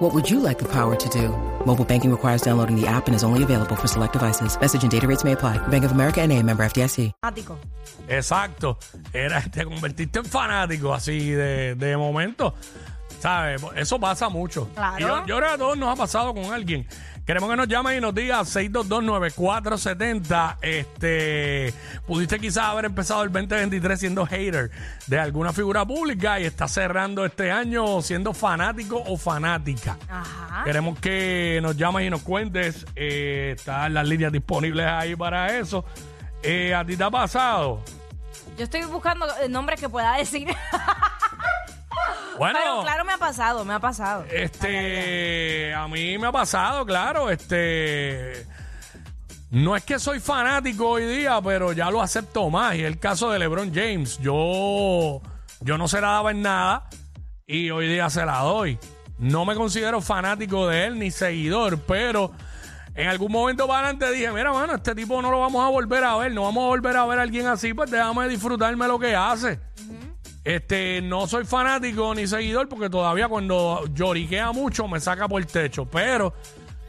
What would you like the power to do? Mobile banking requires downloading the app and is only available for select devices. Message and data rates may apply. Bank of America and a member FDIC. Ático. Exacto. Era, te convertiste en fanático así de, de momento. ¿Sabes? Eso pasa mucho. Claro. Y Yo, yo creo que a todos nos ha pasado con alguien. Queremos que nos llamen y nos diga 6229470. Este, pudiste quizás haber empezado el 2023 siendo hater de alguna figura pública y está cerrando este año siendo fanático o fanática. Ajá. Queremos que nos llames y nos cuentes. eh, están las líneas disponibles ahí para eso. Eh, ¿A ti te ha pasado? Yo estoy buscando eh, nombres que pueda decir. Bueno, Pero claro, me ha pasado, me ha pasado. Eh, este, a mí me ha pasado, claro, este, no es que soy fanático hoy día, pero ya lo acepto más. Y el caso de LeBron James, yo, yo no se la daba en nada y hoy día se la doy. No me considero fanático de él ni seguidor, pero en algún momento para adelante dije, mira, mano, este tipo no lo vamos a volver a ver, no vamos a volver a ver a alguien así, pues déjame disfrutarme lo que hace. Este, no soy fanático ni seguidor porque todavía cuando lloriquea mucho me saca por el techo, pero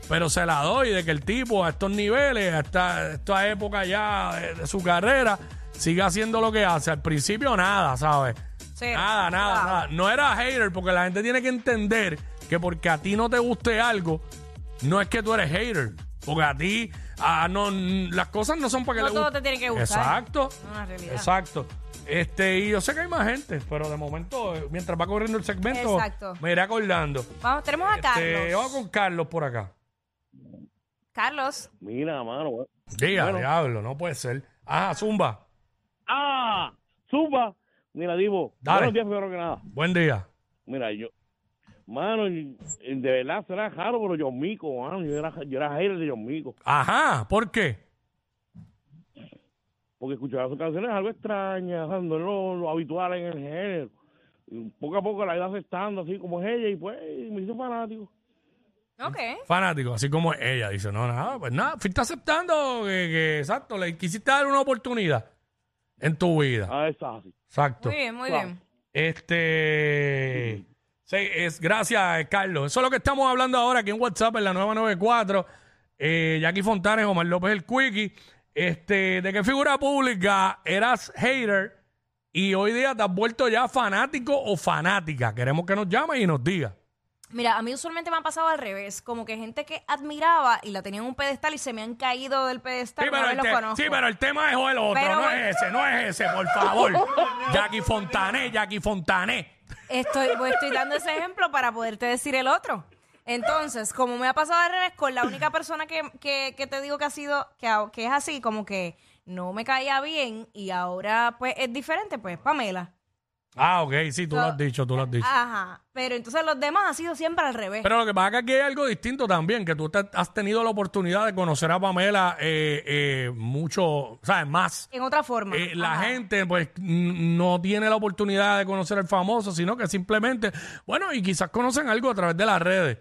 pero se la doy de que el tipo a estos niveles, a esta, esta época ya de, de su carrera, siga haciendo lo que hace. Al principio nada, ¿sabes? Sí. Nada, nada, Wow. nada. No era hater porque la gente tiene que entender que porque a ti no te guste algo, no es que tú eres hater. Porque a ti, ah, no, n- las cosas no son para que No le todo te guste. tiene que gustar. Exacto. Una realidad. Exacto. Este, y yo sé que hay más gente, pero de momento, eh, mientras va corriendo el segmento, Exacto. me iré acordando. Vamos, tenemos a Este, Carlos. vamos con Carlos por acá. Carlos. Mira, mano. Diga, diablo, no puede ser. Ajá, Zumba, ¡Ah! ¡Zumba! Mira, Divo. Dale. Buenos días, primero que nada. buen día. Mira, yo. Mano, y- y de verdad será raro, pero yo mico, mano. Yo era, yo era hater de John Mico. Ajá, ¿por qué? Porque escuchaba sus canciones algo extrañas, o sea, no es lo, lo habitual en el género. Y poco a poco la iba aceptando, así como es ella, y pues me hizo fanático. Ok. Fanático, así como ella dice, no, nada, pues nada, fuiste aceptando que, que, exacto, le quisiste dar una oportunidad en tu vida. Ah, está así. Exacto. Muy bien, muy Claro. bien. Este. Sí, es, gracias, eh, Carlos. Eso es lo que estamos hablando ahora aquí en WhatsApp, en la nueva 94. Eh, Jackie Fontanes, Omar López el Quickie. Este, ¿de qué figura pública eras hater y hoy día te has vuelto ya fanático o fanática? Queremos que nos llames y nos diga. Mira, a mí usualmente me ha pasado al revés, como que gente que admiraba y la tenían en un pedestal y se me han caído del pedestal. ahora el los te- conozco. sí, pero el tema es el otro, Pero no bueno. es ese, no es ese, por favor. Jackie Fontané, Jackie Fontané. Estoy, pues, estoy dando ese ejemplo para poderte decir el otro. Entonces, como me ha pasado al revés, con la única persona que, que- que te digo que ha sido, que, ha- que es así, como que no me caía bien y ahora pues es diferente, pues Pamela. Ah, ok, sí, tú lo No. has dicho, tú lo has ah, dicho. Ajá. Pero entonces los demás ha sido siempre al revés. Pero lo que pasa es que aquí hay algo distinto también, que tú te- has tenido la oportunidad de conocer a Pamela eh, eh, mucho, ¿sabes? Más. en otra forma. Eh, la Ajá. gente, pues, n- no tiene la oportunidad de conocer al famoso, sino que simplemente, bueno, y quizás conocen algo a través de las redes.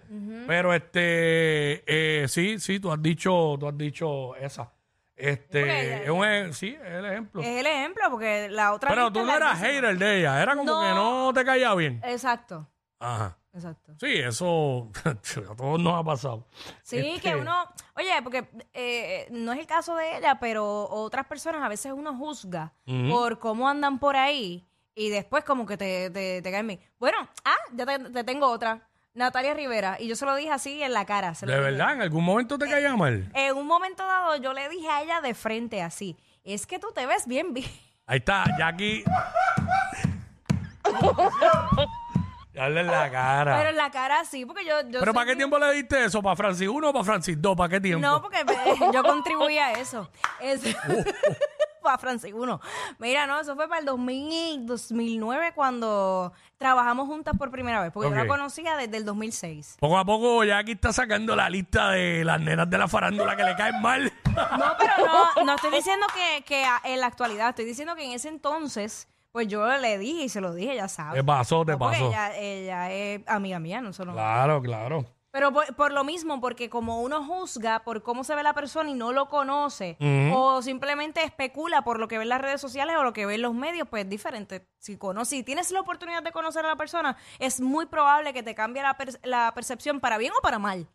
Pero este, eh, sí, sí, tú has dicho, tú has dicho esa. Este, Porque- es un, e- sí, es el ejemplo. Es el ejemplo, porque Eh, la otra. Pero lista tú es no eras larguísima. hater de ella, era como No. que no te caía bien. Exacto, Ajá. exacto. Sí, eso a todos nos ha pasado. Sí, Este, que uno, oye, porque eh, no es el caso de ella, pero otras personas a veces uno juzga por cómo andan por ahí y después como que te, te, te caen bien. Bueno, ah, ya te, te tengo otra, Natalia Rivera, y yo se lo dije así en la cara. se lo De dije. verdad, en algún momento te caía mal. En un momento dado yo le dije a ella de frente así, es que tú te ves bien bien. Ahí está, Jackie. Dale en la cara. Pero Pero, en la cara sí, porque yo... yo soy Ah. ¿para qué bien- tiempo le diste eso? ¿Para Francis 1 o para Francis 2? ¿Para qué tiempo? Uh, No, porque yo contribuí a eso. Es, para Francis uno. Mira, no, eso fue para el 2000 y 2009 cuando trabajamos juntas por primera vez, porque yo Ok. la conocía desde el 2006. Poco a poco Jackie está sacando la lista de las nenas de la farándula que le caen mal. No, pero no, no estoy diciendo que, que a- en la actualidad, estoy diciendo que en ese entonces, pues yo le dije y se lo dije, ya sabes. Te pasó, te No, porque pasó. Ella, ella es amiga mía, no solo. Claro, claro. Pero por, por lo mismo, porque como uno juzga por cómo se ve la persona y no lo conoce, o simplemente especula por lo que ve en las redes sociales o lo que ve en los medios, pues es diferente. Si, conoces, si tienes la oportunidad de conocer a la persona, es muy probable que te cambie la, per- la percepción para bien o para mal.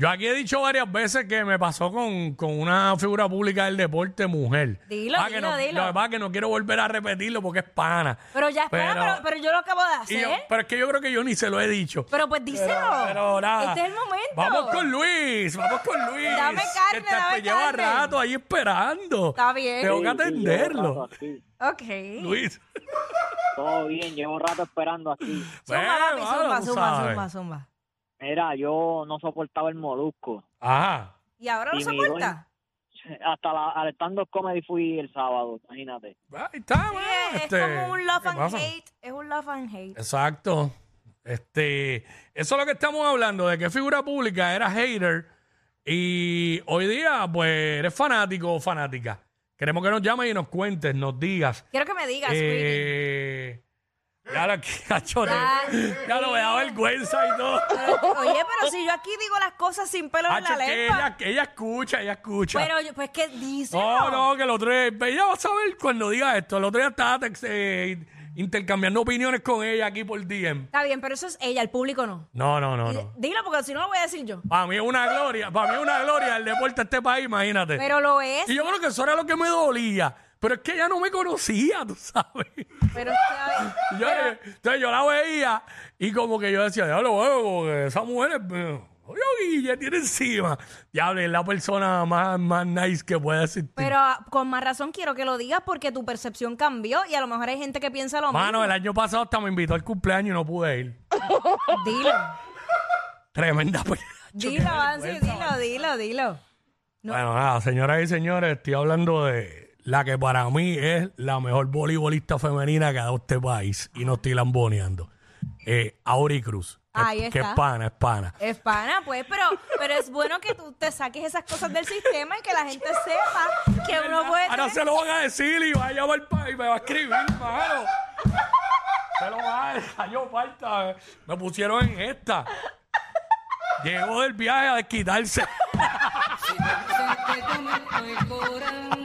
Yo aquí he dicho varias veces que me pasó con, con una figura pública del deporte mujer. Dilo, Ah, que dilo, no- dilo. Lo que pasa es que no quiero volver a repetirlo porque es pana. Pero ya espera, pero, Pero- pero, yo lo acabo de Y hacer. yo- pero es que yo creo que yo ni se lo he dicho. Pero pues díselo. Pero nada. Este es el momento. Vamos con Luis, vamos con Luis. Dame carne, que te- dame te lleva carne. rato ahí esperando. Está bien. Tengo Sí, que atenderlo. Sí, Ok. Luis. todo bien, llevo un rato esperando aquí. Zumba, Bueno, papi, mano, zumba, tú zumba, sabes. zumba, zumba. Mira, yo no soportaba el molusco. Ajá. ¿Y ahora lo Y mi soporta? Hasta la, al stand comedy fui el sábado, imagínate. Ahí está, Sí, mano, es este, como un love ¿qué and pasa? hate. Es un love and hate. Exacto. Este, eso es lo que estamos hablando, de qué figura pública era hater y hoy día, pues, eres fanático o fanática. Queremos que nos llames y nos cuentes, nos digas. Quiero que me digas, Quickie. Eh, ya lo que cacho, te- Ya. ya lo me da vergüenza y todo. Pero, Oye, pero si yo aquí digo las cosas sin pelo en Hacho, la es que lengua. ella, ella escucha, ella escucha. Pero yo- pues que dice. No, no, que el otro día, ella va a saber cuando diga esto. El otro día estaba tex- eh, intercambiando opiniones con ella aquí por DM. Está bien, pero eso es ella, el público no. No, no, no, no. Dilo porque si no lo voy a decir yo. Para mí es una gloria, para mí es una gloria el deporte de este país, imagínate. Pero lo es. y yo creo que eso era lo que me dolía. Pero es que ella no me conocía, tú sabes. Pero está bien. Y yo- entonces yo la veía y como que yo decía, diablo, huevo, como que esa mujer es... eh, Oye, Guille, tiene encima. Diablo, es la persona más, más nice que puede existir. Pero ah, con más razón quiero que lo digas porque tu percepción cambió y a lo mejor hay gente que piensa lo Mano, el año pasado hasta me invitó al cumpleaños y no pude ir. eh. mismo. Dilo. Tremenda pe- Dilo, Ansi, dilo, dilo, dilo. Bueno, nada, señoras y señores, estoy hablando de la que para mí es la mejor voleibolista femenina que ha dado este país. Y no estoy lamboneando. Eh, Auri Cruz. que- Ahí Que es está. pana, es pana. Es pana, pues, pero, pero es bueno que tú te saques esas cosas del sistema y que la gente sepa que uno puede. Ahora tener- se lo van a decir y va a llamar pa- y me va a escribir, mano. Se lo va a dejar yo falta. eh. Me pusieron en esta. Llegó del viaje a desquitarse. Se te toma el corazón.